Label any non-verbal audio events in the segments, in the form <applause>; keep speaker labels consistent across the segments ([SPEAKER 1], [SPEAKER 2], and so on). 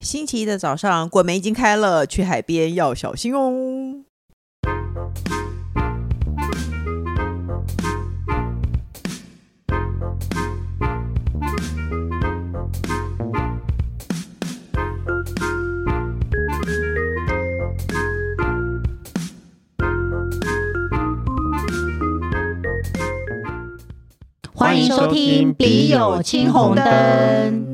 [SPEAKER 1] 星期一的早上，果梅已经开了，去海边要小心哦。
[SPEAKER 2] 欢迎收听《笔友青红灯》。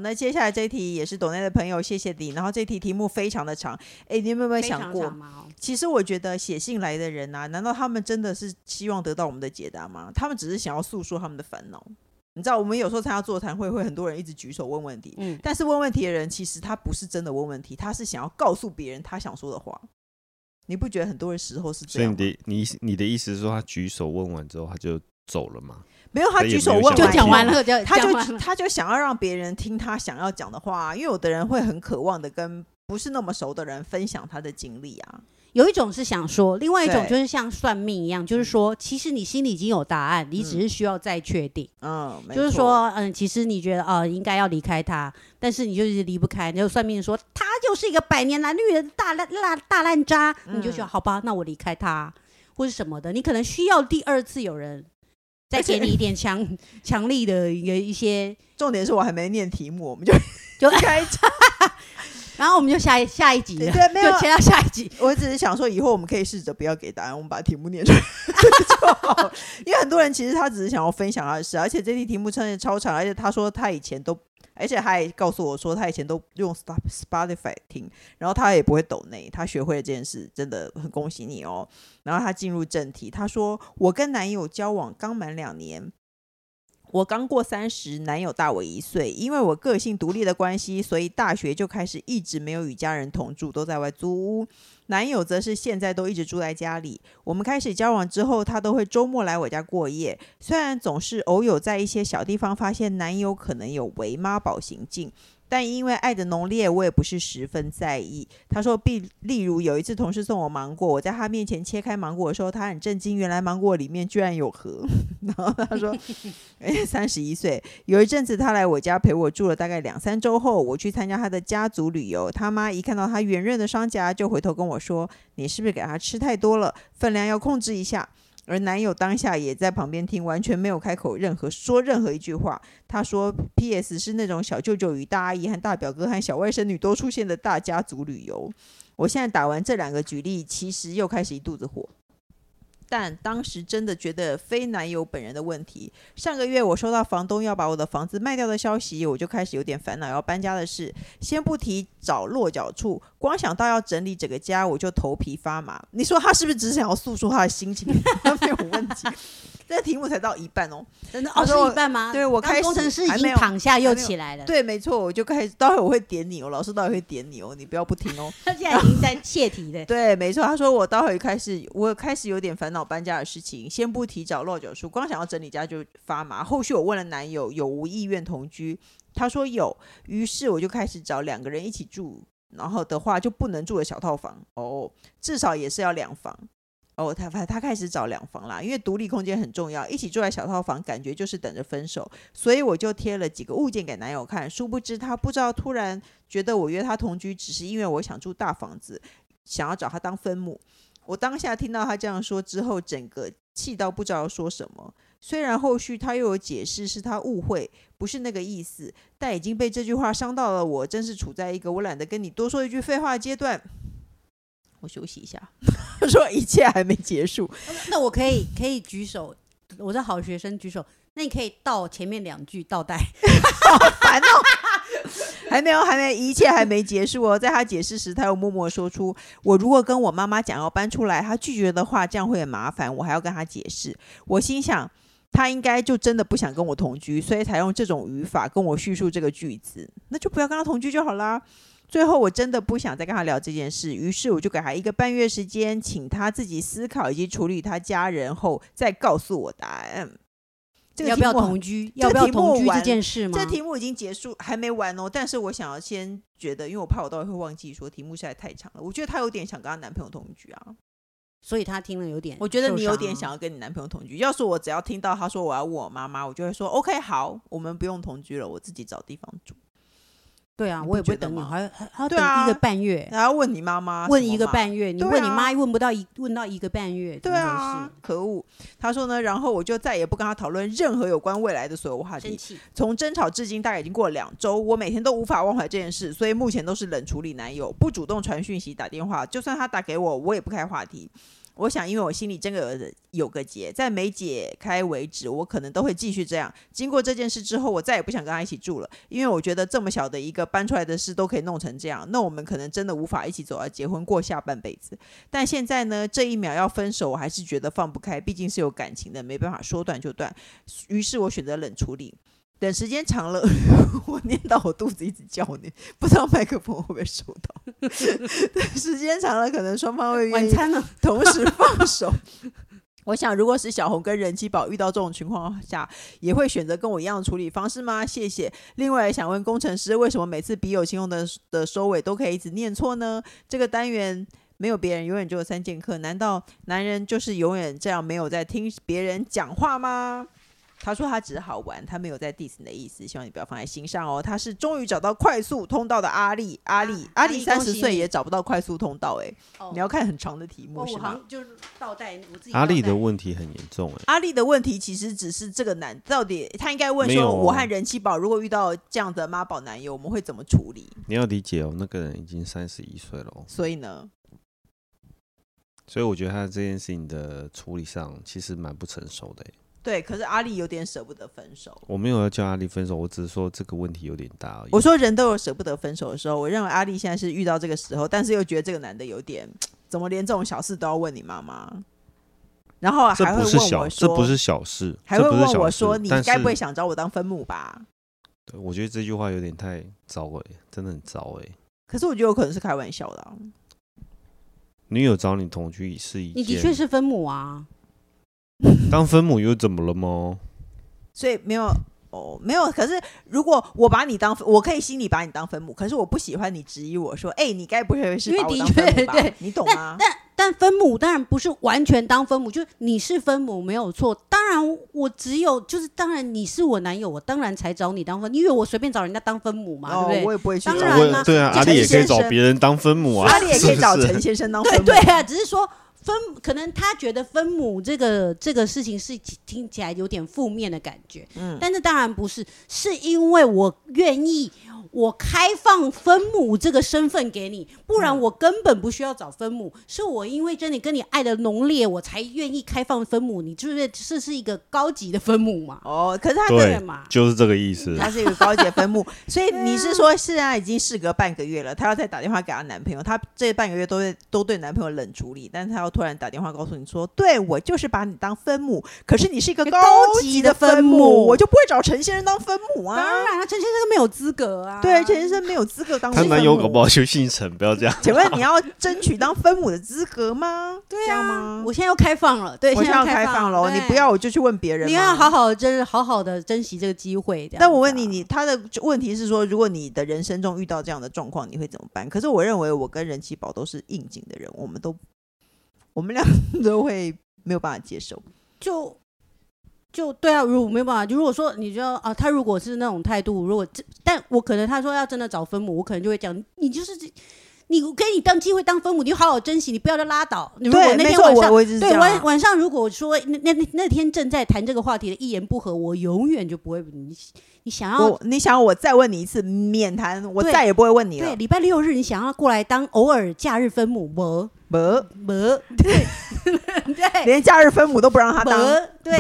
[SPEAKER 1] 那接下来这一题也是抖内的朋友，谢谢你。然后这题题目非常的长，哎，你有没有
[SPEAKER 3] 非
[SPEAKER 1] 想
[SPEAKER 3] 常
[SPEAKER 1] 过
[SPEAKER 3] 长？毛
[SPEAKER 1] 其实我觉得写信来的人啊，难道他们真的是希望得到我们的解答吗？他们只是想要诉说他们的烦恼。你知道，我们有时候参加座谈会，会很多人一直举手问问题，
[SPEAKER 3] 嗯，
[SPEAKER 1] 但是问问题的人其实他不是真的问问题，他是想要告诉别人他想说的话。你不觉得很多人时候是这
[SPEAKER 4] 所以
[SPEAKER 1] 样
[SPEAKER 4] 你
[SPEAKER 1] 吗？
[SPEAKER 4] 的你你的意思是说，他举手问完之后他就走了吗？
[SPEAKER 1] 没有，他
[SPEAKER 4] 所以
[SPEAKER 1] 举手
[SPEAKER 4] 没
[SPEAKER 1] 问完
[SPEAKER 4] 有想
[SPEAKER 3] 就
[SPEAKER 4] 到
[SPEAKER 3] 讲完了，就
[SPEAKER 1] 他
[SPEAKER 3] 讲完
[SPEAKER 1] 就
[SPEAKER 3] 了。
[SPEAKER 1] 他就想要让别人听他想要讲的话，啊因为有的人会很渴望的跟不是那么熟的人分享他的经历啊。
[SPEAKER 3] 有一种是想说，另外一种
[SPEAKER 1] 对
[SPEAKER 3] 就是像算命一样，就是说，其实你心里已经有答案，你只是需要再确定。
[SPEAKER 1] 嗯，没
[SPEAKER 3] 就是
[SPEAKER 1] 错，
[SPEAKER 3] 说，嗯，其实你觉得哦，应该要离开他，但是你就是离不开，就算命说他就是一个百年难遇的大烂烂大烂渣，你就觉得
[SPEAKER 1] 嗯
[SPEAKER 3] 好吧，那我离开他或是什么的，你可能需要第二次有人再
[SPEAKER 1] 而且
[SPEAKER 3] 给你一点强强力的一个一些，
[SPEAKER 1] 重点是我还没念题目，我们就
[SPEAKER 3] 就
[SPEAKER 1] <laughs> 开
[SPEAKER 3] 然后我们就下一下一集了，
[SPEAKER 1] 对，没有
[SPEAKER 3] 就，切到下一集，
[SPEAKER 1] 我只是想说，以后我们可以试着不要给答案，我们把题目念出来就好了。因为很多人其实他只是想要分享他的事，而且这题题目真的超长，而且他说他以前都，而且他还告诉我说他以前都用 Sp- Spotify 听，然后他也不会抖内，他学会了这件事，真的很恭喜你哦。然后他进入正题，他说我跟男友交往刚满两年。我刚过三十，男友大我一岁。因为我个性独立的关系，所以大学就开始一直没有与家人同住，都在外租屋。男友则是现在都一直住在家里。我们开始交往之后，他都会周末来我家过夜。虽然总是偶有在一些小地方发现男友可能有为妈宝行径，但因为爱的浓烈，我也不是十分在意。他说，例例如有一次同事送我芒果，我在他面前切开芒果的时候，他很震惊，原来芒果里面居然有核。 <laughs> 然后他说， <laughs> 哎，三十一岁，有一阵子他来我家陪我住了大概两三周后，我去参加他的家族旅游，他妈一看到他圆润的双颊，就回头跟我说：“你是不是给他吃太多了？分量要控制一下。”而男友当下也在旁边听，完全没有开口任何说任何一句话。他说：“P.S. 是那种小舅舅与大阿姨和大表哥和小外甥女都出现的大家族旅游。”我现在打完这两个举例，其实又开始一肚子火。但当时真的觉得非男友本人的问题，上个月我收到房东要把我的房子卖掉的消息，我就开始有点烦恼要搬家的事。先不提找落脚处，光想到要整理整个家，我就头皮发麻。你说他是不是只是想要诉说他的心情？ <laughs> 他没有问题。这题目才到一半哦。
[SPEAKER 3] 真的
[SPEAKER 1] 他
[SPEAKER 3] 哦，是
[SPEAKER 1] 说
[SPEAKER 3] 一半吗？
[SPEAKER 1] 对我
[SPEAKER 3] 当
[SPEAKER 1] 开始
[SPEAKER 3] 工程师已
[SPEAKER 1] 还没
[SPEAKER 3] 经
[SPEAKER 1] 有
[SPEAKER 3] 躺下又
[SPEAKER 1] 还没有
[SPEAKER 3] 起来了，，
[SPEAKER 1] 对，没错，我就开始，待会我会点你哦，老师待会会点你哦，你不要不听哦。。
[SPEAKER 3] 他现在已经在泄题了
[SPEAKER 1] 对，没错，他说我待会开始，我开始有点烦恼搬家的事情，先不提找落脚处，光想要整理家就发麻。后续我问了男友有无意愿同居，他说有，于是我就开始找两个人一起住，然后的话就不能住的小套房哦，至少也是要两房。哦，他反他开始找两房啦，因为独立空间很重要。一起住在小套房，感觉就是等着分手，所以我就贴了几个物件给男友看。殊不知他不知道，突然觉得我约他同居，只是因为我想住大房子，想要找他当分母。我当下听到他这样说之后，整个气到不知道说什么。虽然后续他又有解释是他误会，不是那个意思，但已经被这句话伤到了我，真是处在一个我懒得跟你多说一句废话的阶段。我休息一下， <laughs> 他说一切还没结束。
[SPEAKER 3] <laughs> 那我可以可以举手，我的好学生举手。那你可以倒前面两句倒 <laughs> 带，
[SPEAKER 1] 烦哦。还没有，还没，一切还没结束哦。在他解释时，他又默默说出：“我如果跟我妈妈讲要搬出来，她拒绝的话，这样会很麻烦，我还要跟她解释。”我心想，他应该就真的不想跟我同居，所以才用这种语法跟我叙述这个句子。那就不要跟他同居就好啦。最后，我真的不想再跟他聊这件事，于是我就给他一个半月时间，请他自己思考以及处理他家人后，再告诉我答案。 <laughs> 这个
[SPEAKER 3] 要不要
[SPEAKER 1] 题目很
[SPEAKER 3] 同居？
[SPEAKER 1] 这
[SPEAKER 3] 要
[SPEAKER 1] 个
[SPEAKER 3] 不要
[SPEAKER 1] 题目
[SPEAKER 3] 同居
[SPEAKER 1] 完
[SPEAKER 3] 这件事吗？
[SPEAKER 1] 这题目已经结束，还没完哦。但是我想要先觉得，因为我怕我待会会忘记说题目实在太长了。我觉得她有点想跟她男朋友同居
[SPEAKER 3] 嗯
[SPEAKER 1] 啊。
[SPEAKER 3] 所以他听了有点，
[SPEAKER 1] 我觉得你有
[SPEAKER 3] 啊
[SPEAKER 1] 点想，要跟你男朋友同居。要是我只要听到她说我要问我妈妈，我就会说 OK 好，我们不用同居了，我自己找地方住。
[SPEAKER 3] 对啊，
[SPEAKER 1] 你
[SPEAKER 3] 我也
[SPEAKER 1] 不
[SPEAKER 3] 不会
[SPEAKER 1] 觉得
[SPEAKER 3] 等你，
[SPEAKER 1] 吗
[SPEAKER 3] 还还还要
[SPEAKER 1] 对
[SPEAKER 3] 等
[SPEAKER 1] 啊
[SPEAKER 3] 一个半月，
[SPEAKER 1] 然后问你妈妈，
[SPEAKER 3] 问一个。半月，你
[SPEAKER 1] 对
[SPEAKER 3] 问你
[SPEAKER 1] 啊
[SPEAKER 3] 妈问不到一问到一个半月，
[SPEAKER 1] 对啊，，可恶！他说呢，然后我就再也不跟他讨论任何有关未来的所有话
[SPEAKER 3] 生
[SPEAKER 1] 题。
[SPEAKER 3] 气，
[SPEAKER 1] 从争吵至今大概已经过了两周，我每天都无法忘怀这件事，所以目前都是冷处理男友，不主动传讯息、打电话，就算他打给我，我也不开话题。我想，因为我心里真的有有个结，在没解开为止，我可能都会继续这样。经过这件事之后，我再也不想跟他一起住了，因为我觉得这么小的一个搬出来的事都可以弄成这样，那我们可能真的无法一起走到结婚过下半辈子。但现在呢，这一秒要分手，我还是觉得放不开，毕竟是有感情的，没办法说断就断。于是我选择冷处理。等时间长了， <laughs> 我念到我肚子一直叫你，不知道麦克风会不会收到。 <laughs> 等时间长了，可能双方会愿
[SPEAKER 3] 晚
[SPEAKER 1] 意
[SPEAKER 3] 餐呢？
[SPEAKER 1] <laughs> 同时放手。 <laughs> 我想，如果是小红跟人气宝遇到这种情况下，也会选择跟我一样的处理方式吗？谢谢。另外，想问工程师，为什么每次笔友情用的的收尾都可以一直念错呢？这个单元没有别人，永远只有三剑客。难道男人就是永远这样没有在听别人讲话吗？他说他只是好玩，他没有在 diss 你的意思，希望你不要放在心上哦。他是终于找到快速通道的阿丽，阿丽，
[SPEAKER 3] 啊
[SPEAKER 1] 阿
[SPEAKER 3] 阿
[SPEAKER 1] 丽
[SPEAKER 3] 丽
[SPEAKER 1] 三
[SPEAKER 3] 恭喜
[SPEAKER 1] 十岁
[SPEAKER 3] 你
[SPEAKER 1] 也找不到快速通道哎、
[SPEAKER 3] 哦
[SPEAKER 1] 你要看很长的题
[SPEAKER 3] 我
[SPEAKER 1] 目是
[SPEAKER 3] 我好
[SPEAKER 1] 吗？
[SPEAKER 3] 像就是倒带我自己
[SPEAKER 4] 阿丽
[SPEAKER 3] 倒
[SPEAKER 4] 的
[SPEAKER 3] 带
[SPEAKER 4] 问题很严重哎、
[SPEAKER 1] 阿丽的问题其实只是这个男到底他应该问
[SPEAKER 4] 没有
[SPEAKER 1] 说，
[SPEAKER 4] 哦
[SPEAKER 1] 我和人气宝如果遇到这样的妈宝男友，我们会怎么处理？
[SPEAKER 4] 你要理解哦，那个人已经三十一岁了、哦，
[SPEAKER 1] 所以呢，
[SPEAKER 4] 所以我觉得他这件事情的处理上其实蛮不成熟的、欸。
[SPEAKER 1] 对，可是阿丽有点舍不得分手。
[SPEAKER 4] 我没有要叫阿丽分手，我只是说这个问题有点大而已。
[SPEAKER 1] 我说人都有舍不得分手的时候，我认为阿丽现在是遇到这个时候，但是又觉得这个男的有点，怎么连这种小事都要问你妈妈？然后
[SPEAKER 4] 这
[SPEAKER 1] 还会
[SPEAKER 4] 不是
[SPEAKER 1] 问
[SPEAKER 4] 小，
[SPEAKER 1] 我
[SPEAKER 4] 这
[SPEAKER 1] 说，
[SPEAKER 4] 不是小事，
[SPEAKER 1] 还会
[SPEAKER 4] 这不是
[SPEAKER 1] 问
[SPEAKER 4] 小
[SPEAKER 1] 我
[SPEAKER 4] 事
[SPEAKER 1] 说，你
[SPEAKER 4] 但
[SPEAKER 1] 该不会
[SPEAKER 4] 是
[SPEAKER 1] 想找我当分母吧？
[SPEAKER 4] 对我觉得这句话有点太糟哎、真的很糟哎、
[SPEAKER 1] 可是我觉得我可能是开玩笑的啊、
[SPEAKER 4] 女友找你同居是一件，
[SPEAKER 3] 你的确是分母啊，
[SPEAKER 4] 当分母又怎么了吗？
[SPEAKER 1] 所以没有哦，没有。可是如果我把你当，我可以心里把你当分母，可是我不喜欢你质疑我说，哎、你该不会是
[SPEAKER 3] 因为
[SPEAKER 1] 把我
[SPEAKER 3] 的
[SPEAKER 1] 当分母吧
[SPEAKER 3] 确对？
[SPEAKER 1] 你懂吗
[SPEAKER 3] 但？但但分母当然不是完全当分母，就是你是分母没有错。当然我只有就是当然你是我男友，我当然才找你当分，因为我随便找人家当分母嘛，
[SPEAKER 1] 哦，
[SPEAKER 3] 对不
[SPEAKER 1] 我
[SPEAKER 3] 对？
[SPEAKER 1] 也不会去
[SPEAKER 3] 当
[SPEAKER 1] 找
[SPEAKER 3] 然
[SPEAKER 1] 我
[SPEAKER 3] 啦
[SPEAKER 4] 我对啊，
[SPEAKER 1] 这
[SPEAKER 4] 阿丽也
[SPEAKER 1] 陈
[SPEAKER 4] 可
[SPEAKER 1] 先
[SPEAKER 4] 以找
[SPEAKER 1] 生
[SPEAKER 4] 别人当分母啊，
[SPEAKER 1] 阿丽也可以找
[SPEAKER 4] 是不是
[SPEAKER 1] 陈先生当分
[SPEAKER 3] <laughs> 对
[SPEAKER 1] 母。
[SPEAKER 3] 对啊，只是说分可能他觉得分母这个这个事情是听起来有点负面的感觉，
[SPEAKER 1] 嗯，
[SPEAKER 3] 但是当然不是，是因为我愿意。我开放分母这个身份给你，不然
[SPEAKER 1] 嗯
[SPEAKER 3] 我根本不需要找分母。是我因为真的跟你爱的浓烈，我才愿意开放分母。你就是这是一个高级的分
[SPEAKER 1] <laughs>
[SPEAKER 3] 母嘛？
[SPEAKER 1] 哦，可是他
[SPEAKER 4] 对
[SPEAKER 3] 对嘛？
[SPEAKER 4] 就是这个意思。
[SPEAKER 3] 嗯
[SPEAKER 1] 他是一个高级的分母，所以你是
[SPEAKER 3] 啊
[SPEAKER 1] 说，现在已经事隔半个月了，她要再打电话给她男朋友，她这半个月都会都对男朋友冷处理，但是她要突然打电话告诉你说，对我就是把你当分母，可是你是一个
[SPEAKER 3] 高
[SPEAKER 1] 级
[SPEAKER 3] 级
[SPEAKER 1] 的
[SPEAKER 3] 的
[SPEAKER 1] 分
[SPEAKER 3] 分
[SPEAKER 1] 母，
[SPEAKER 3] 母
[SPEAKER 1] 我就不会找陈先生当分母啊。
[SPEAKER 3] 当然了，陈先生没有资格啊。
[SPEAKER 1] 对，陈先生没有资格当
[SPEAKER 4] 她
[SPEAKER 1] 分母。
[SPEAKER 4] 男友搞不好就姓陈，不要这样。
[SPEAKER 1] 请
[SPEAKER 4] <laughs>
[SPEAKER 1] 问你要争取当分母的资格吗？
[SPEAKER 3] 对
[SPEAKER 1] 这样
[SPEAKER 3] 啊
[SPEAKER 1] 吗，
[SPEAKER 3] 我现在要开放了，对，
[SPEAKER 1] 我现在要开
[SPEAKER 3] 开
[SPEAKER 1] 放
[SPEAKER 3] 了
[SPEAKER 1] 喽，，你不要我就去问别
[SPEAKER 3] 对，
[SPEAKER 1] 人。
[SPEAKER 3] 你要好。好珍好好的珍惜这个机会。这样子啊
[SPEAKER 1] 但我问你，你他的问题是说，如果你的人生中遇到这样的状况，你会怎么办？可是我认为我跟人气宝都是应景的人，我们都我们俩 <laughs> 都会没有办法接受。
[SPEAKER 3] 就就对啊，如果没有办法，就如果说你觉得啊，他如果是那种态度，如果这，但我可能他说要真的找分母，我可能就会讲，你就是这你给你当机会当分母，你就好好珍惜，你不要再拉倒。你如果
[SPEAKER 1] 对，
[SPEAKER 3] 那
[SPEAKER 1] 没
[SPEAKER 3] 天
[SPEAKER 1] 错，
[SPEAKER 3] 晚
[SPEAKER 1] 我
[SPEAKER 3] 上。
[SPEAKER 1] 我一直是这
[SPEAKER 3] 对
[SPEAKER 1] 样啊
[SPEAKER 3] 晚晚上，如果说那那那那天正在谈这个话题的，一言不合，我永远就不会你你想要
[SPEAKER 1] 我你想我再问你一次免谈，我
[SPEAKER 3] 对
[SPEAKER 1] 再也不会问你
[SPEAKER 3] 对
[SPEAKER 1] 了。
[SPEAKER 3] 礼拜六日你想要过来当偶尔假日分母，我
[SPEAKER 1] 不，
[SPEAKER 3] 我 <laughs> 对对
[SPEAKER 1] 连假日分母都不让他当。
[SPEAKER 3] 我啊对
[SPEAKER 1] 不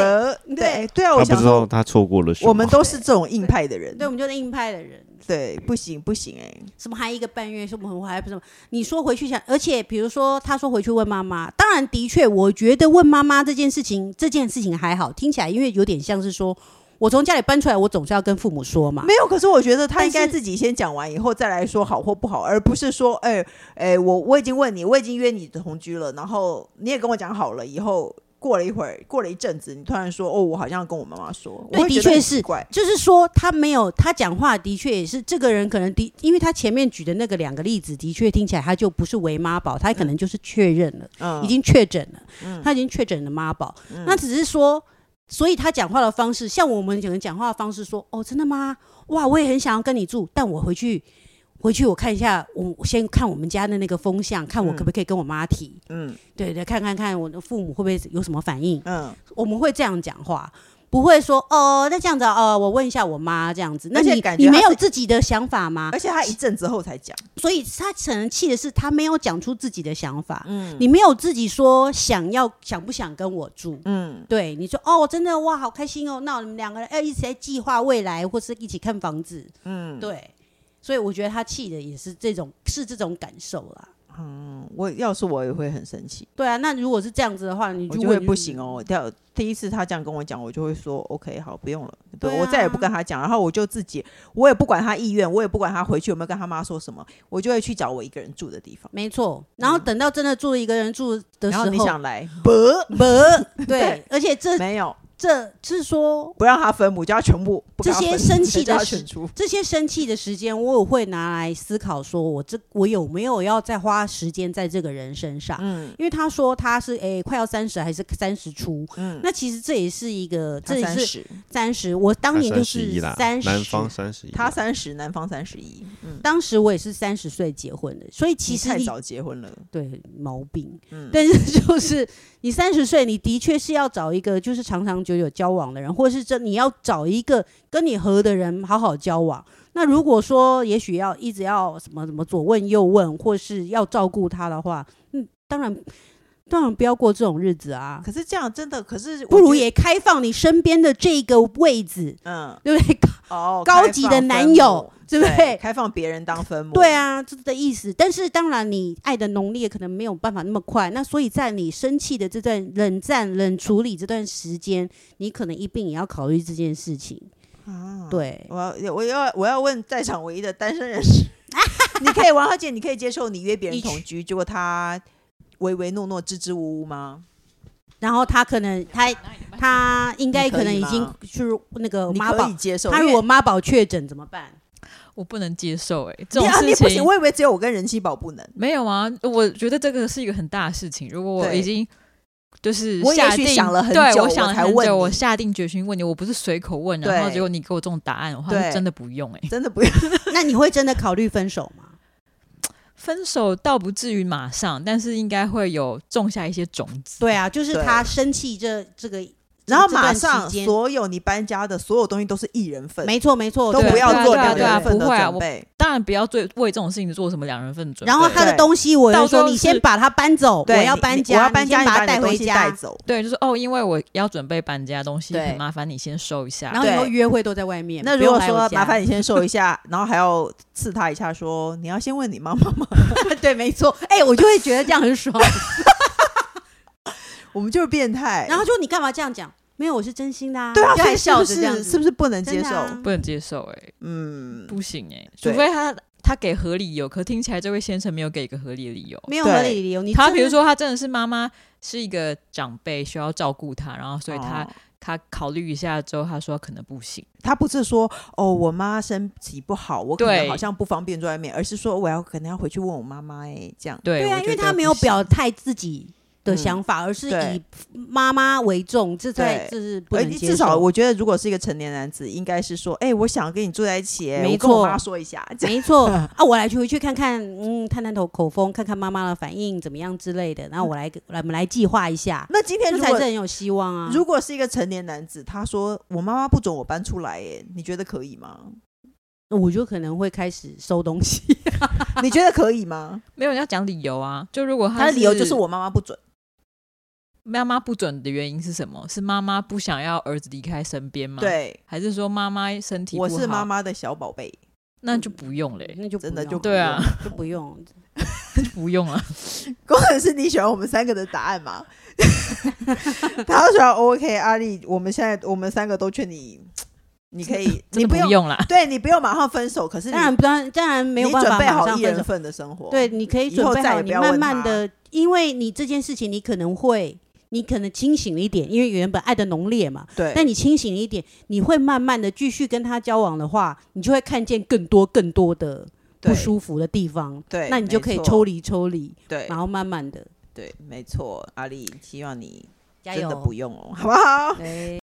[SPEAKER 1] 对
[SPEAKER 3] 对
[SPEAKER 1] 对啊，
[SPEAKER 4] 她
[SPEAKER 1] 我
[SPEAKER 4] 不
[SPEAKER 1] 想
[SPEAKER 4] 知
[SPEAKER 1] 说
[SPEAKER 4] 道她错过了什么。
[SPEAKER 1] 我们都是这种硬派的人
[SPEAKER 3] 对，，我们就是硬派的人，
[SPEAKER 1] 对，不行不行哎、
[SPEAKER 3] 什么还一个半月，什么我还不什么？你说回去想，而且比如说，他说回去问妈妈，当然的确，我觉得问妈妈这件事情，这件事情还好，听起来因为有点像是说，我从家里搬出来，我总是要跟父母说嘛。
[SPEAKER 1] 没有，可是我觉得他
[SPEAKER 3] 但
[SPEAKER 1] 应该
[SPEAKER 3] 是
[SPEAKER 1] 自己先讲完以后再来说好或不好，而不是说，哎、哎、我我已经问你，我已经约你同居了，然后你也跟我讲好了，以后过了一会儿，过了一阵子，你突然说，哦，我好像要跟我妈妈说，我
[SPEAKER 3] 对
[SPEAKER 1] 会觉得
[SPEAKER 3] 的确
[SPEAKER 1] 很
[SPEAKER 3] 是
[SPEAKER 1] 奇怪，
[SPEAKER 3] 就是说，他没有他讲话的确也是这个人可能的，因为他前面举的那个两个例子，的确听起来他就不是为妈宝，他可能就是确认了。
[SPEAKER 1] 嗯，
[SPEAKER 3] 已经确诊了，
[SPEAKER 1] 嗯
[SPEAKER 3] 他已经确诊了妈宝。
[SPEAKER 1] 嗯
[SPEAKER 3] 那只是说，所以他讲话的方式，像我们可能讲话的方式说，哦，真的吗？哇，我也很想要跟你住，但我回去回去我看一下，我我先看我们家的那个风向，看我可不可以跟我妈提，
[SPEAKER 1] 嗯
[SPEAKER 3] 对对，看看看我的父母会不会有什么反应。
[SPEAKER 1] 嗯，
[SPEAKER 3] 我们会这样讲话，不会说哦，那这样子哦，我问一下我妈这样子。那
[SPEAKER 1] 而且
[SPEAKER 3] 你
[SPEAKER 1] 感觉
[SPEAKER 3] 你
[SPEAKER 1] 他
[SPEAKER 3] 没有
[SPEAKER 1] 是
[SPEAKER 3] 自己的想法吗
[SPEAKER 1] 而？且他一阵子后才讲，
[SPEAKER 3] 所以他生气的是他没有讲出自己的想法，
[SPEAKER 1] 嗯
[SPEAKER 3] 你没有自己说想要想不想跟我住。
[SPEAKER 1] 嗯
[SPEAKER 3] 对，你说哦，真的哇，好开心哦！那我们两个人要一起来计划未来，或是一起看房子。
[SPEAKER 1] 嗯，
[SPEAKER 3] 对，所以我觉得他气的也是这种，是这种感受啦。
[SPEAKER 1] 嗯，我要是我也会很生气，
[SPEAKER 3] 对啊，那如果是这样子的话，你
[SPEAKER 1] 我
[SPEAKER 3] 如
[SPEAKER 1] 就
[SPEAKER 3] 果
[SPEAKER 1] 会
[SPEAKER 3] 你
[SPEAKER 1] 不行哦。我掉第一次他这样跟我讲，我就会说 OK 好，不用了，
[SPEAKER 3] 对啊
[SPEAKER 1] 我再也不跟他讲，然后我就自己，我也不管他意愿，我也不管他回去有没有跟他妈说什么，我就会去找我一个人住的地方。
[SPEAKER 3] 没错，然后等到真的住一个人住的时
[SPEAKER 1] 然
[SPEAKER 3] 候，
[SPEAKER 1] 后你想来，不
[SPEAKER 3] 不
[SPEAKER 1] <laughs>
[SPEAKER 3] 对
[SPEAKER 1] 对，
[SPEAKER 3] 而且这
[SPEAKER 1] 没有
[SPEAKER 3] 这是说
[SPEAKER 1] 不让他分母，叫他全部不
[SPEAKER 3] 这
[SPEAKER 1] 跟他
[SPEAKER 3] 些
[SPEAKER 1] 分母
[SPEAKER 3] 生
[SPEAKER 1] <laughs>
[SPEAKER 3] 气
[SPEAKER 1] 叫
[SPEAKER 3] 的
[SPEAKER 1] 他
[SPEAKER 3] 事
[SPEAKER 1] 选出，
[SPEAKER 3] 这些生气的时间，我也会拿来思考，说我这我有没有要再花时间在这个人身上？
[SPEAKER 1] 嗯
[SPEAKER 3] 因为他说他是诶、快要三十还是三十出，
[SPEAKER 1] 嗯，
[SPEAKER 3] 那其实这也是一个，这
[SPEAKER 1] 他
[SPEAKER 3] 也
[SPEAKER 1] 三
[SPEAKER 3] 是
[SPEAKER 1] 十，
[SPEAKER 3] 三十，我当年就
[SPEAKER 4] 三十
[SPEAKER 3] 是
[SPEAKER 4] 一啦，
[SPEAKER 3] 三十，
[SPEAKER 4] 南方三十一，
[SPEAKER 1] 他三十，男方三十一，嗯，
[SPEAKER 3] 当时我也是三十岁结婚的，所以其
[SPEAKER 1] 你
[SPEAKER 3] 实
[SPEAKER 1] 太
[SPEAKER 3] 你
[SPEAKER 1] 早结婚了，
[SPEAKER 3] 对毛病，
[SPEAKER 1] 嗯，
[SPEAKER 3] 但是就是你三十岁，你的确是要找一个就是长长久久交往的人，或是这你要找一个跟你合的人好好交往。那如果说也许要一直要什么什么左问右问，或是要照顾他的话，嗯，当然当然不要过这种日子啊，
[SPEAKER 1] 可是这样真的，可是我
[SPEAKER 3] <laughs> 不如
[SPEAKER 1] 觉得
[SPEAKER 3] 也开放你身边的这个位置，
[SPEAKER 1] 嗯
[SPEAKER 3] 对不对？
[SPEAKER 1] 哦，
[SPEAKER 3] <laughs> 高
[SPEAKER 1] 开
[SPEAKER 3] 级
[SPEAKER 1] 放
[SPEAKER 3] 的
[SPEAKER 1] 分
[SPEAKER 3] 男友
[SPEAKER 1] 母，
[SPEAKER 3] 对不对？
[SPEAKER 1] 开放别人当分母，
[SPEAKER 3] 对，啊，这的意思。但是当然，你爱的浓烈可能没有办法那么快，那所以在你生气的这段冷战、冷处理这段时间，你可能一并也要考虑这件事情。
[SPEAKER 1] 啊，
[SPEAKER 3] 对，
[SPEAKER 1] 我要我要我要问在场唯一的单身人
[SPEAKER 3] <laughs>
[SPEAKER 1] 士，你可以王小姐，你可以接受你约别人
[SPEAKER 3] 一
[SPEAKER 1] 同
[SPEAKER 3] 群
[SPEAKER 1] 居，结果他唯唯诺诺、支支吾吾吗？
[SPEAKER 3] 然后他可能他他应该
[SPEAKER 1] 你可
[SPEAKER 3] 可能
[SPEAKER 1] 以
[SPEAKER 3] 已经
[SPEAKER 1] 吗
[SPEAKER 3] 就是那个
[SPEAKER 1] 你
[SPEAKER 3] 妈
[SPEAKER 1] 可
[SPEAKER 3] 宝
[SPEAKER 1] 以，接受？
[SPEAKER 3] 他
[SPEAKER 1] 因
[SPEAKER 3] 如
[SPEAKER 1] 为
[SPEAKER 3] 果妈宝确诊怎么办？
[SPEAKER 5] 我不能接受哎、这
[SPEAKER 1] 你
[SPEAKER 5] 种
[SPEAKER 1] 啊，你
[SPEAKER 5] 事
[SPEAKER 1] 不
[SPEAKER 5] 情
[SPEAKER 1] 行，我以为只有我跟人气宝不能，
[SPEAKER 5] 没有啊。我觉得这个是一个很大的事情。如果我
[SPEAKER 1] 对
[SPEAKER 5] 已经就是
[SPEAKER 1] 我也
[SPEAKER 5] 下
[SPEAKER 1] 许
[SPEAKER 5] 定
[SPEAKER 1] 想了很
[SPEAKER 5] 对
[SPEAKER 1] 久
[SPEAKER 5] 我想
[SPEAKER 1] 我
[SPEAKER 5] 了
[SPEAKER 1] 才
[SPEAKER 5] 很
[SPEAKER 1] 问
[SPEAKER 5] 久，
[SPEAKER 1] 你
[SPEAKER 5] 我下定决心问你，我不是随口问，
[SPEAKER 1] 对
[SPEAKER 5] 然后结果你给我这种答案的话，
[SPEAKER 1] 对
[SPEAKER 5] 那真的不用哎、
[SPEAKER 1] 真的不
[SPEAKER 3] <laughs>
[SPEAKER 1] 要。
[SPEAKER 3] 那你会真的考虑分手吗？
[SPEAKER 5] 分手倒不至于马上，但是应该会有种下一些种子。
[SPEAKER 3] 对啊，就是
[SPEAKER 1] 对
[SPEAKER 3] 他生气这这个，
[SPEAKER 1] 然后
[SPEAKER 3] 这段
[SPEAKER 1] 马
[SPEAKER 3] 时
[SPEAKER 1] 上
[SPEAKER 3] 间
[SPEAKER 1] 所有你搬家的所有东西都是一人份，
[SPEAKER 3] 没错没错，
[SPEAKER 1] 都
[SPEAKER 3] 对
[SPEAKER 1] 不
[SPEAKER 5] 对
[SPEAKER 1] 要
[SPEAKER 5] 啊
[SPEAKER 1] 做
[SPEAKER 5] 对啊
[SPEAKER 1] 两
[SPEAKER 5] 对啊
[SPEAKER 1] 人份的
[SPEAKER 5] 不会啊
[SPEAKER 1] 准
[SPEAKER 5] 我
[SPEAKER 1] 备。
[SPEAKER 5] 当然不要最为这种事情做什么两人份准备。
[SPEAKER 3] 然后他的
[SPEAKER 1] 对
[SPEAKER 3] 东西，我就
[SPEAKER 5] 到时候
[SPEAKER 3] 说你
[SPEAKER 5] 是
[SPEAKER 3] 先把他搬走，我
[SPEAKER 1] 对
[SPEAKER 3] 要
[SPEAKER 1] 你
[SPEAKER 3] 搬
[SPEAKER 1] 你
[SPEAKER 3] 家，
[SPEAKER 1] 我要搬
[SPEAKER 3] 你
[SPEAKER 1] 家，你
[SPEAKER 3] 先把他
[SPEAKER 1] 你的
[SPEAKER 3] 带
[SPEAKER 1] 东
[SPEAKER 3] 回
[SPEAKER 1] 西
[SPEAKER 3] 家
[SPEAKER 1] 带。走。
[SPEAKER 5] 对，就是哦，因为我要准备搬家，东西
[SPEAKER 1] 对
[SPEAKER 5] 很麻烦，你先收一下。
[SPEAKER 3] 然后以后
[SPEAKER 1] 对
[SPEAKER 3] 约会都在外面。
[SPEAKER 1] 那
[SPEAKER 3] 不
[SPEAKER 1] 如
[SPEAKER 3] 用
[SPEAKER 1] 果
[SPEAKER 3] 来我
[SPEAKER 1] 说
[SPEAKER 3] 家
[SPEAKER 1] 麻
[SPEAKER 3] <laughs>
[SPEAKER 1] 烦你先收一下，然后还要刺他一下说，你要先问你妈妈 <laughs> 吗？
[SPEAKER 3] 对，没错，哎、我就会觉得这样很爽。
[SPEAKER 1] 我们就是变态。
[SPEAKER 3] 然后就你干嘛这样讲？没有，我是真心的、啊。
[SPEAKER 1] 对啊，
[SPEAKER 3] 就
[SPEAKER 1] 所以
[SPEAKER 3] 还
[SPEAKER 1] 是
[SPEAKER 3] 笑
[SPEAKER 1] 不
[SPEAKER 3] 着这样
[SPEAKER 1] 是
[SPEAKER 3] 子
[SPEAKER 1] 是不是不能接
[SPEAKER 3] 真的
[SPEAKER 1] 受？
[SPEAKER 3] 啊
[SPEAKER 5] 不能接受哎、
[SPEAKER 1] 嗯，
[SPEAKER 5] 不行哎、除
[SPEAKER 1] 对
[SPEAKER 5] 非他他给合理理由，可听起来这位先生没有给一个合理的理由。
[SPEAKER 3] 没有合
[SPEAKER 1] 对
[SPEAKER 3] 理理由。你
[SPEAKER 5] 他
[SPEAKER 3] 真的
[SPEAKER 5] 比如，说，他真的是妈妈是一个长辈，需要照顾他，然后所以他、
[SPEAKER 1] 哦
[SPEAKER 5] 他考虑一下之后，他说可能不行。
[SPEAKER 1] 他不是说哦，我妈身体不好，我可能
[SPEAKER 5] 对
[SPEAKER 1] 好像不方便在外面，而是说我要可能要回去问我妈妈哎，这样。
[SPEAKER 5] 对
[SPEAKER 3] 对
[SPEAKER 5] 对
[SPEAKER 3] 啊，因为他没有表态自己的
[SPEAKER 1] 嗯
[SPEAKER 3] 想法，而是
[SPEAKER 1] 对
[SPEAKER 3] 以妈妈为重，这在
[SPEAKER 1] 对
[SPEAKER 3] 这是不
[SPEAKER 1] 而
[SPEAKER 3] 能接受。
[SPEAKER 1] 哎至少我觉得，如果是一个成年男子，应该是说，哎、我想跟你住在一起、哎
[SPEAKER 3] 没
[SPEAKER 1] 我跟我
[SPEAKER 3] 错
[SPEAKER 1] 妈说一下，这样。
[SPEAKER 3] 没错啊，我来去回去看看，嗯，探探头口风，看看妈妈的反应怎么样之类的。然后我来来，我们来计划一下，
[SPEAKER 1] 那今天
[SPEAKER 3] 这
[SPEAKER 1] 如
[SPEAKER 3] 才是
[SPEAKER 1] 果
[SPEAKER 3] 很有希望啊。
[SPEAKER 1] 如果是一个成年男子，他说我妈妈不准我搬出来、哎，你觉得可以吗？
[SPEAKER 3] 我就可能会开始收东 <laughs> 西。
[SPEAKER 1] 你觉得可以
[SPEAKER 3] <laughs>
[SPEAKER 1] 吗？
[SPEAKER 5] 没有人要讲理由啊。就如果他
[SPEAKER 1] 他的理由就是我妈妈不准。
[SPEAKER 5] 妈妈不准的原因是什么？是妈妈不想要儿子离开身边吗？，
[SPEAKER 1] 对，
[SPEAKER 5] 还是说妈妈身体不
[SPEAKER 1] 我
[SPEAKER 5] 好？
[SPEAKER 1] 是妈，妈的小宝贝，
[SPEAKER 5] 那就不用
[SPEAKER 1] <laughs>
[SPEAKER 5] 嘞，
[SPEAKER 3] 那就不
[SPEAKER 1] 真的
[SPEAKER 3] 用
[SPEAKER 1] 就
[SPEAKER 5] 对啊
[SPEAKER 1] 不用，
[SPEAKER 3] 就不用。
[SPEAKER 5] 那就不用了。
[SPEAKER 1] 工程师，你喜欢我们三个的答案
[SPEAKER 3] <laughs>
[SPEAKER 1] 吗？他喜欢 OK，阿丽，我们现在我们三个都劝你，你可以，你
[SPEAKER 5] 真的
[SPEAKER 1] 不
[SPEAKER 5] 不
[SPEAKER 1] 用，
[SPEAKER 5] 用啦。
[SPEAKER 1] 对你不用马上分手，可是你
[SPEAKER 3] 当然，当然，当然没有
[SPEAKER 1] 你
[SPEAKER 3] 办法
[SPEAKER 1] 准备
[SPEAKER 3] 马
[SPEAKER 1] 好
[SPEAKER 3] 上
[SPEAKER 1] 一
[SPEAKER 3] 分
[SPEAKER 1] 人
[SPEAKER 3] 手。
[SPEAKER 1] 份的生活，
[SPEAKER 3] 对，，你可以
[SPEAKER 1] 以
[SPEAKER 3] 准
[SPEAKER 1] 后
[SPEAKER 3] 备
[SPEAKER 1] 再
[SPEAKER 3] 好，
[SPEAKER 1] 也
[SPEAKER 3] 你
[SPEAKER 1] 不要
[SPEAKER 3] 慢
[SPEAKER 1] 问
[SPEAKER 3] 慢
[SPEAKER 1] 他
[SPEAKER 3] 的，因为你这件事情，你可能会，你可能清醒了一点，因为原本爱的浓烈嘛。
[SPEAKER 1] 对，
[SPEAKER 3] 但你清醒了一点，你会慢慢的继续跟他交往的话，你就会看见更多更多的
[SPEAKER 1] 对
[SPEAKER 3] 不舒服的地方。
[SPEAKER 1] 对
[SPEAKER 3] 那你就
[SPEAKER 1] 没
[SPEAKER 3] 可以
[SPEAKER 1] 错
[SPEAKER 3] 抽离抽离，
[SPEAKER 1] 对
[SPEAKER 3] 然后慢慢的
[SPEAKER 1] 对，没错，阿丽，希望你
[SPEAKER 3] 加
[SPEAKER 1] 真
[SPEAKER 3] 油哎
[SPEAKER 1] 的不用哦，好不好？
[SPEAKER 3] 对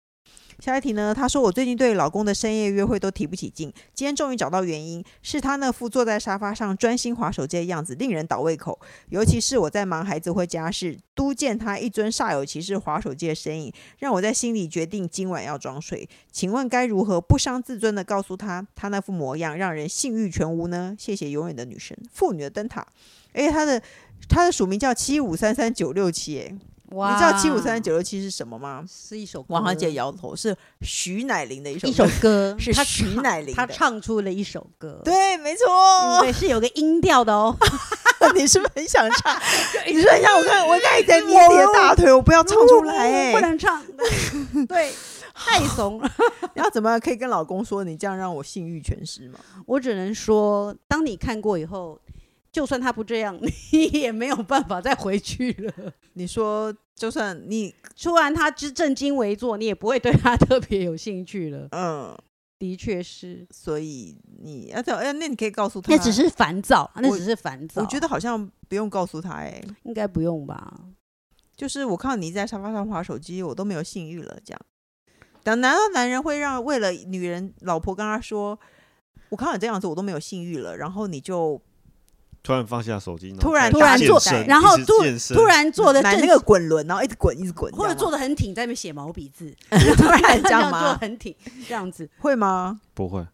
[SPEAKER 1] 下一题呢？她说我最近对老公的深夜约会都提不起劲，今天终于找到原因，是他那副坐在沙发上专心划手机的样子令人倒胃口。尤其是我在忙孩子或家事，督见他一尊煞有其事划手机的身影，让我在心里决定今晚要装睡。请问该如何不伤自尊的告诉他，他那副模样让人性欲全无呢？谢谢永远的女神，妇女的灯塔。哎，他的他的署名叫七五三三九六七，哎，
[SPEAKER 3] 哇
[SPEAKER 1] 你知道七五三三九六七是什么吗？
[SPEAKER 3] 是一首歌
[SPEAKER 1] 王小姐摇头，是徐乃麟的一首
[SPEAKER 3] 嗯一首
[SPEAKER 1] 歌
[SPEAKER 3] 歌， <laughs>
[SPEAKER 1] 是
[SPEAKER 3] 她
[SPEAKER 1] 徐
[SPEAKER 3] 唱
[SPEAKER 1] 乃麟
[SPEAKER 3] 她
[SPEAKER 1] 的
[SPEAKER 3] 唱出了一首歌，
[SPEAKER 1] 对，没错，
[SPEAKER 3] 嗯，对，是有个音调的 <laughs> 哦。
[SPEAKER 1] <laughs> 你是不是很想
[SPEAKER 3] <laughs>
[SPEAKER 1] 唱？你是不是很想我看，我看你在捏你的大腿，我不要唱出来
[SPEAKER 3] <laughs>
[SPEAKER 1] 哎、
[SPEAKER 3] 不能唱，对，太怂 <laughs> 了。
[SPEAKER 1] <laughs> 然后怎么样可以跟老公说你这样让我性欲全失吗？
[SPEAKER 3] 我只能说，当你看过以后，就算他不这样， <laughs> 你也没有办法再回去了。
[SPEAKER 1] 你说就算你
[SPEAKER 3] 突然他之正襟危坐，你也不会对他特别有兴趣了。
[SPEAKER 1] 嗯，
[SPEAKER 3] 的确是，
[SPEAKER 1] 所以你要怎哎，那你可以告诉他，
[SPEAKER 3] 那只是烦躁，那
[SPEAKER 1] 我
[SPEAKER 3] 只是烦躁。
[SPEAKER 1] 我觉得好像不用告诉他哎、
[SPEAKER 3] 应该不用吧。
[SPEAKER 1] 就是我看到你在沙发上划手机，我都没有性欲了这样。但难道男人会让为了女人老婆跟他说，我看到你这样子我都没有性欲了，然后你就
[SPEAKER 4] 突然放下手机，
[SPEAKER 1] 突然
[SPEAKER 3] 突然
[SPEAKER 1] 健
[SPEAKER 3] 做
[SPEAKER 1] 身，
[SPEAKER 3] 然后突
[SPEAKER 4] 健身
[SPEAKER 3] 突然做的
[SPEAKER 1] 买
[SPEAKER 3] 正
[SPEAKER 1] 那个滚轮，然后一直滚一直滚，
[SPEAKER 3] 或者做
[SPEAKER 1] 的
[SPEAKER 3] 的很挺，在那边写毛笔字，
[SPEAKER 1] <laughs> 突然这
[SPEAKER 3] <laughs> 这
[SPEAKER 1] 样
[SPEAKER 3] 样做
[SPEAKER 1] 吗？
[SPEAKER 3] 很挺，这样子
[SPEAKER 1] 会吗？
[SPEAKER 4] 不会，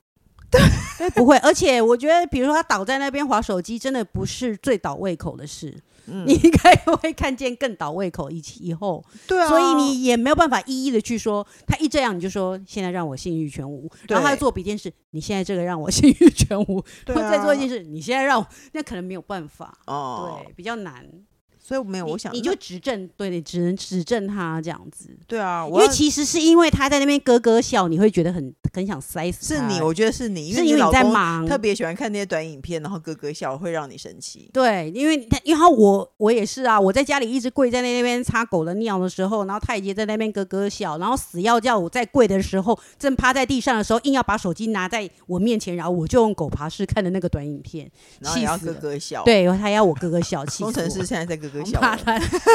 [SPEAKER 3] 不会。而且我觉得，比如说他倒在那边划手机，真的不是最倒胃口的事，
[SPEAKER 1] 嗯
[SPEAKER 3] 你应该会看见更倒胃口以以后，
[SPEAKER 1] 对啊，
[SPEAKER 3] 所以你也没有办法一一的去说他一这样你就说现在让我性欲全无，
[SPEAKER 1] 对
[SPEAKER 3] 然后他做笔电视，你现在这个让我性欲全无，
[SPEAKER 1] <laughs> 对
[SPEAKER 3] 然
[SPEAKER 1] 啊
[SPEAKER 3] 后再做一件事，你现在让我那可能没有办法，
[SPEAKER 1] 哦，
[SPEAKER 3] 对，比较难。
[SPEAKER 1] 所以我没有，
[SPEAKER 3] 你
[SPEAKER 1] 我想
[SPEAKER 3] 你就
[SPEAKER 1] 那
[SPEAKER 3] 指正，对你只能指正他这样子。
[SPEAKER 1] 对啊，
[SPEAKER 3] 因
[SPEAKER 1] 我
[SPEAKER 3] 为
[SPEAKER 1] 要
[SPEAKER 3] 其实是因为他在那边咯咯笑，你会觉得很很想塞死
[SPEAKER 1] 是
[SPEAKER 3] 他
[SPEAKER 1] 你，我觉得是你，因
[SPEAKER 3] 是
[SPEAKER 1] 你
[SPEAKER 3] 因为
[SPEAKER 1] 老
[SPEAKER 3] 你在
[SPEAKER 1] 公
[SPEAKER 3] 忙，
[SPEAKER 1] 特别喜欢看那些短影片，然后咯咯笑会让你生气。
[SPEAKER 3] 对，因为他，因为他我我也是啊，我在家里一直跪在那边擦狗的尿的时候，然后太爷在那边咯咯笑，然后死要叫我在跪的时候，正趴在地上的时候，硬要把手机拿在我面前，然后我就用狗爬式看的那个短影片，
[SPEAKER 1] 然后也要
[SPEAKER 3] 气死
[SPEAKER 1] 咯
[SPEAKER 3] 了
[SPEAKER 1] 咯笑。，
[SPEAKER 3] 对，他要我咯咯笑，气死
[SPEAKER 1] 工程师
[SPEAKER 3] 我。
[SPEAKER 1] 现在在咯咯
[SPEAKER 3] 我
[SPEAKER 1] 笑
[SPEAKER 3] 怕
[SPEAKER 1] 了。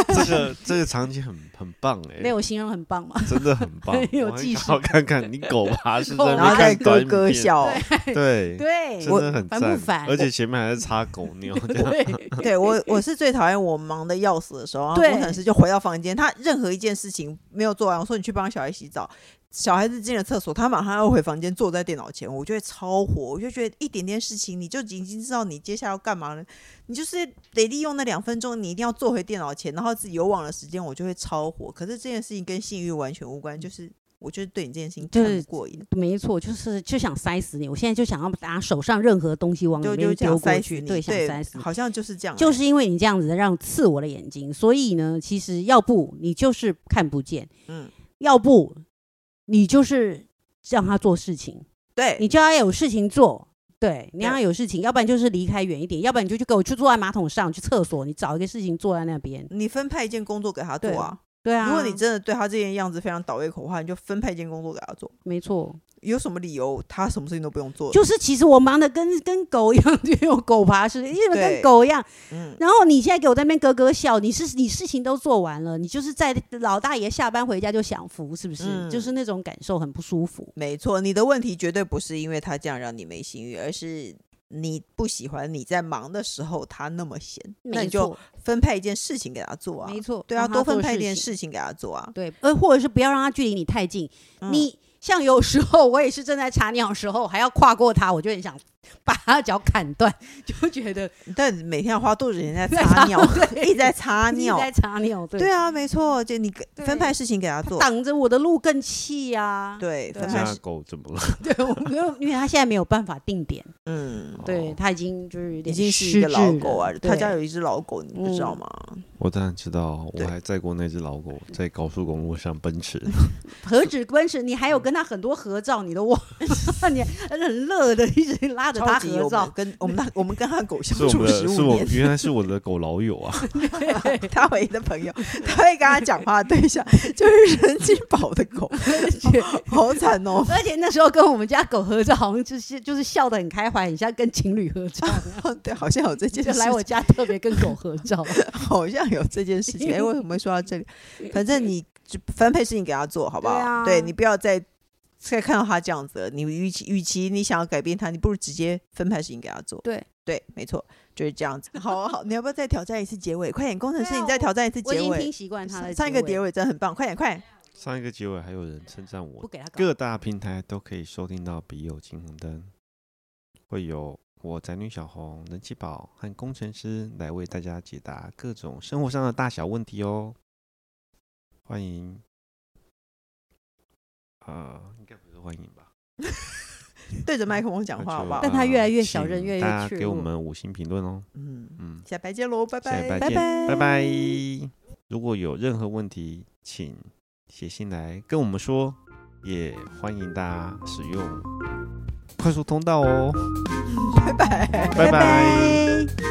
[SPEAKER 3] 他
[SPEAKER 4] 这个这个场景很很棒哎、
[SPEAKER 3] 没有形容很棒嘛，
[SPEAKER 4] 真的很
[SPEAKER 3] <laughs>
[SPEAKER 4] 棒，
[SPEAKER 3] 很有
[SPEAKER 4] 我很
[SPEAKER 3] 技
[SPEAKER 4] 想
[SPEAKER 3] 术
[SPEAKER 4] 要看看你狗爬是在
[SPEAKER 3] <laughs> 狗
[SPEAKER 4] 那
[SPEAKER 1] 然后
[SPEAKER 4] 边
[SPEAKER 1] 再
[SPEAKER 4] 看
[SPEAKER 1] 咯
[SPEAKER 4] 短影
[SPEAKER 1] 咯
[SPEAKER 4] 片，
[SPEAKER 1] 笑，
[SPEAKER 4] 对，
[SPEAKER 3] 对
[SPEAKER 4] 真的很
[SPEAKER 3] 烦
[SPEAKER 4] 赞，
[SPEAKER 3] 不烦
[SPEAKER 4] 而且前面还在擦狗
[SPEAKER 3] <laughs>
[SPEAKER 4] 尿，这样
[SPEAKER 3] 对，
[SPEAKER 1] 对我我是最讨厌我忙的要死的时候，然后
[SPEAKER 3] 对
[SPEAKER 1] 工程师就回到房间，他任何一件事情没有做完，我说你去帮小孩洗澡，小孩子进了厕所，他马上要回房间坐在电脑前，我就会超火，我就觉得一点点事情你就已经知道你接下来要干嘛了，你就是得利用那两分钟，你一定要坐回电脑前，然后自己有网的时间，我就会超火。可是这件事情跟性欲完全无关，就是我就是对你这件事情
[SPEAKER 3] 就
[SPEAKER 1] 看
[SPEAKER 3] 是
[SPEAKER 1] 不过瘾，
[SPEAKER 3] 没错，就是就想塞死你。我现在就想要拿手上任何东西往
[SPEAKER 1] 就
[SPEAKER 3] 里
[SPEAKER 1] 就
[SPEAKER 3] 面
[SPEAKER 1] 这样
[SPEAKER 3] 丢
[SPEAKER 1] 塞
[SPEAKER 3] 过
[SPEAKER 1] 死
[SPEAKER 3] 去，
[SPEAKER 1] 你，
[SPEAKER 3] 对，想塞死你。
[SPEAKER 1] 好像就是这样欸，
[SPEAKER 3] 就是因为你这样子让刺我的眼睛，所以呢，其实要不你就是看不见，
[SPEAKER 1] 嗯，
[SPEAKER 3] 要不你就是让他做事情，
[SPEAKER 1] 对
[SPEAKER 3] 你就要有事情做。对，你
[SPEAKER 1] 对
[SPEAKER 3] 让他有事情，要不然就是离开远一点，要不然你就去给我去坐在马桶上，去厕所，你找一个事情坐在那边。
[SPEAKER 1] 你分派一件工作给他做
[SPEAKER 3] 对
[SPEAKER 1] 啊。
[SPEAKER 3] 对啊，
[SPEAKER 1] 如果你真的对他这件样子非常倒胃口的话，你就分派一件工作给他做。
[SPEAKER 3] 没错，
[SPEAKER 1] 有什么理由他什么事情都不用做？
[SPEAKER 3] 就是其实我忙的跟跟狗一样，就有狗爬式，因为
[SPEAKER 1] 对
[SPEAKER 3] 跟狗一样，
[SPEAKER 1] 嗯，
[SPEAKER 3] 然后你现在给我在那边咯咯笑，你是你事情都做完了，你就是在老大爷下班回家就享福，是不是？
[SPEAKER 1] 嗯
[SPEAKER 3] 就是那种感受很不舒服。
[SPEAKER 1] 没错，你的问题绝对不是因为他这样让你没性欲，而是你不喜欢你在忙的时候他那么闲，那
[SPEAKER 3] 没
[SPEAKER 1] 你就
[SPEAKER 3] 错，
[SPEAKER 1] 分派一件事情给他做啊
[SPEAKER 3] 没。错，
[SPEAKER 1] 对啊，
[SPEAKER 3] 让他
[SPEAKER 1] 多分
[SPEAKER 3] 做
[SPEAKER 1] 派一件
[SPEAKER 3] 情。
[SPEAKER 1] 事情给他做啊。
[SPEAKER 3] 对，呃，或者是不要让他距离你太近。
[SPEAKER 1] 嗯
[SPEAKER 3] 你像有时候我也是正在查尿的时候，还要跨过他，我就很想把他的脚砍断，就觉得
[SPEAKER 1] 嗯但每天要花多少时间在
[SPEAKER 3] 在
[SPEAKER 1] 擦
[SPEAKER 3] 擦
[SPEAKER 1] 尿，
[SPEAKER 3] 对
[SPEAKER 1] 一直在
[SPEAKER 3] <laughs>
[SPEAKER 1] 擦
[SPEAKER 3] 你
[SPEAKER 1] 尿。
[SPEAKER 3] 在查尿，对，
[SPEAKER 1] 对啊，没错，就你给
[SPEAKER 3] 对
[SPEAKER 1] 分派事情给他
[SPEAKER 3] 他
[SPEAKER 1] 做。
[SPEAKER 3] 挡着我的路更气呀、
[SPEAKER 1] 对，
[SPEAKER 3] 对
[SPEAKER 1] 分
[SPEAKER 3] 啊
[SPEAKER 1] 派
[SPEAKER 4] 家
[SPEAKER 1] 事
[SPEAKER 4] 狗怎么了？
[SPEAKER 3] 对，我就因为他现在没有办法定点，
[SPEAKER 1] 嗯，
[SPEAKER 3] 对
[SPEAKER 4] 哦
[SPEAKER 3] 他已经就是有
[SPEAKER 1] 已
[SPEAKER 3] 点
[SPEAKER 1] 经是
[SPEAKER 3] 失
[SPEAKER 1] 一个老
[SPEAKER 3] 智
[SPEAKER 1] 狗啊
[SPEAKER 3] 了，
[SPEAKER 1] 他家
[SPEAKER 3] 对
[SPEAKER 1] 有一只老狗，你不知道
[SPEAKER 3] 嗯
[SPEAKER 1] 吗？
[SPEAKER 4] 我当然知道，
[SPEAKER 1] 对
[SPEAKER 4] 我还载过那只老狗在高速公路上奔驰，
[SPEAKER 3] 何止奔驰，你
[SPEAKER 1] 嗯
[SPEAKER 3] 还有跟他很多合照，你都忘了， <laughs> 你很乐的一直拉着
[SPEAKER 1] 超
[SPEAKER 3] 他
[SPEAKER 1] 级有我们
[SPEAKER 3] 合照。
[SPEAKER 1] 跟我们那我们跟他的狗相
[SPEAKER 4] 是我
[SPEAKER 1] 处
[SPEAKER 4] 们的，是
[SPEAKER 1] 十五
[SPEAKER 4] 我
[SPEAKER 1] 年，
[SPEAKER 4] 原来是我的狗
[SPEAKER 3] <laughs>
[SPEAKER 4] 老友啊，
[SPEAKER 1] 他唯一的朋友，他会跟他讲话的对象就是 <laughs> 人气宝的狗，
[SPEAKER 3] <laughs>
[SPEAKER 1] 好惨 <laughs> 哦！ <laughs>
[SPEAKER 3] 而且那时候跟我们家狗合照，好像就是就是笑得很开怀，
[SPEAKER 1] <laughs>
[SPEAKER 3] 很像跟情侣合照，
[SPEAKER 1] 对，好像有这件
[SPEAKER 3] 就
[SPEAKER 1] 事，
[SPEAKER 3] 来我家特别跟狗合照。
[SPEAKER 1] 好像像有这件事情。哎、为什么会说到这里？反正你就分配事情给他做好不好？
[SPEAKER 3] 对啊
[SPEAKER 1] 你不要再再看到他这样子了。你与其与其你想要改变他，你不如直接分派事情给他做。
[SPEAKER 3] 对
[SPEAKER 1] <laughs> 对，没错，就是这样子。好好，你要不要再挑战一次结尾？快点，工程师，
[SPEAKER 3] 对啊
[SPEAKER 1] 你再挑战一次
[SPEAKER 3] 我已
[SPEAKER 1] 结
[SPEAKER 3] 经
[SPEAKER 1] 尾
[SPEAKER 3] 听。习惯他的
[SPEAKER 1] 上上一个结
[SPEAKER 3] 尾，
[SPEAKER 1] 尾真的很棒，快点，快点。
[SPEAKER 4] 上一个结尾还有人称赞我
[SPEAKER 3] 不，给他搞
[SPEAKER 4] 各大平台都可以收听到《笔友青红灯》，会有我宅女小红、人气宝和工程师来为大家解答各种生活上的大小问题哦。欢迎，啊、应该不是欢迎吧？
[SPEAKER 1] 对着麦克风讲话好不好
[SPEAKER 4] 那
[SPEAKER 3] 但？
[SPEAKER 4] 就
[SPEAKER 3] 他越来越
[SPEAKER 4] 呃
[SPEAKER 3] 小人
[SPEAKER 4] 请
[SPEAKER 3] 越来越
[SPEAKER 4] 大家
[SPEAKER 3] 怯
[SPEAKER 4] 给我
[SPEAKER 3] 弱
[SPEAKER 4] 们五星评论哦。
[SPEAKER 1] 嗯，
[SPEAKER 4] 嗯，
[SPEAKER 1] 下礼拜见喽，拜
[SPEAKER 4] 下
[SPEAKER 1] 拜，
[SPEAKER 4] 礼拜见，拜拜。如果有任何问题，请写信来跟我们说，也欢迎大家使 <laughs> 用快速通道哦。
[SPEAKER 1] 拜拜。
[SPEAKER 4] 拜拜。
[SPEAKER 3] 拜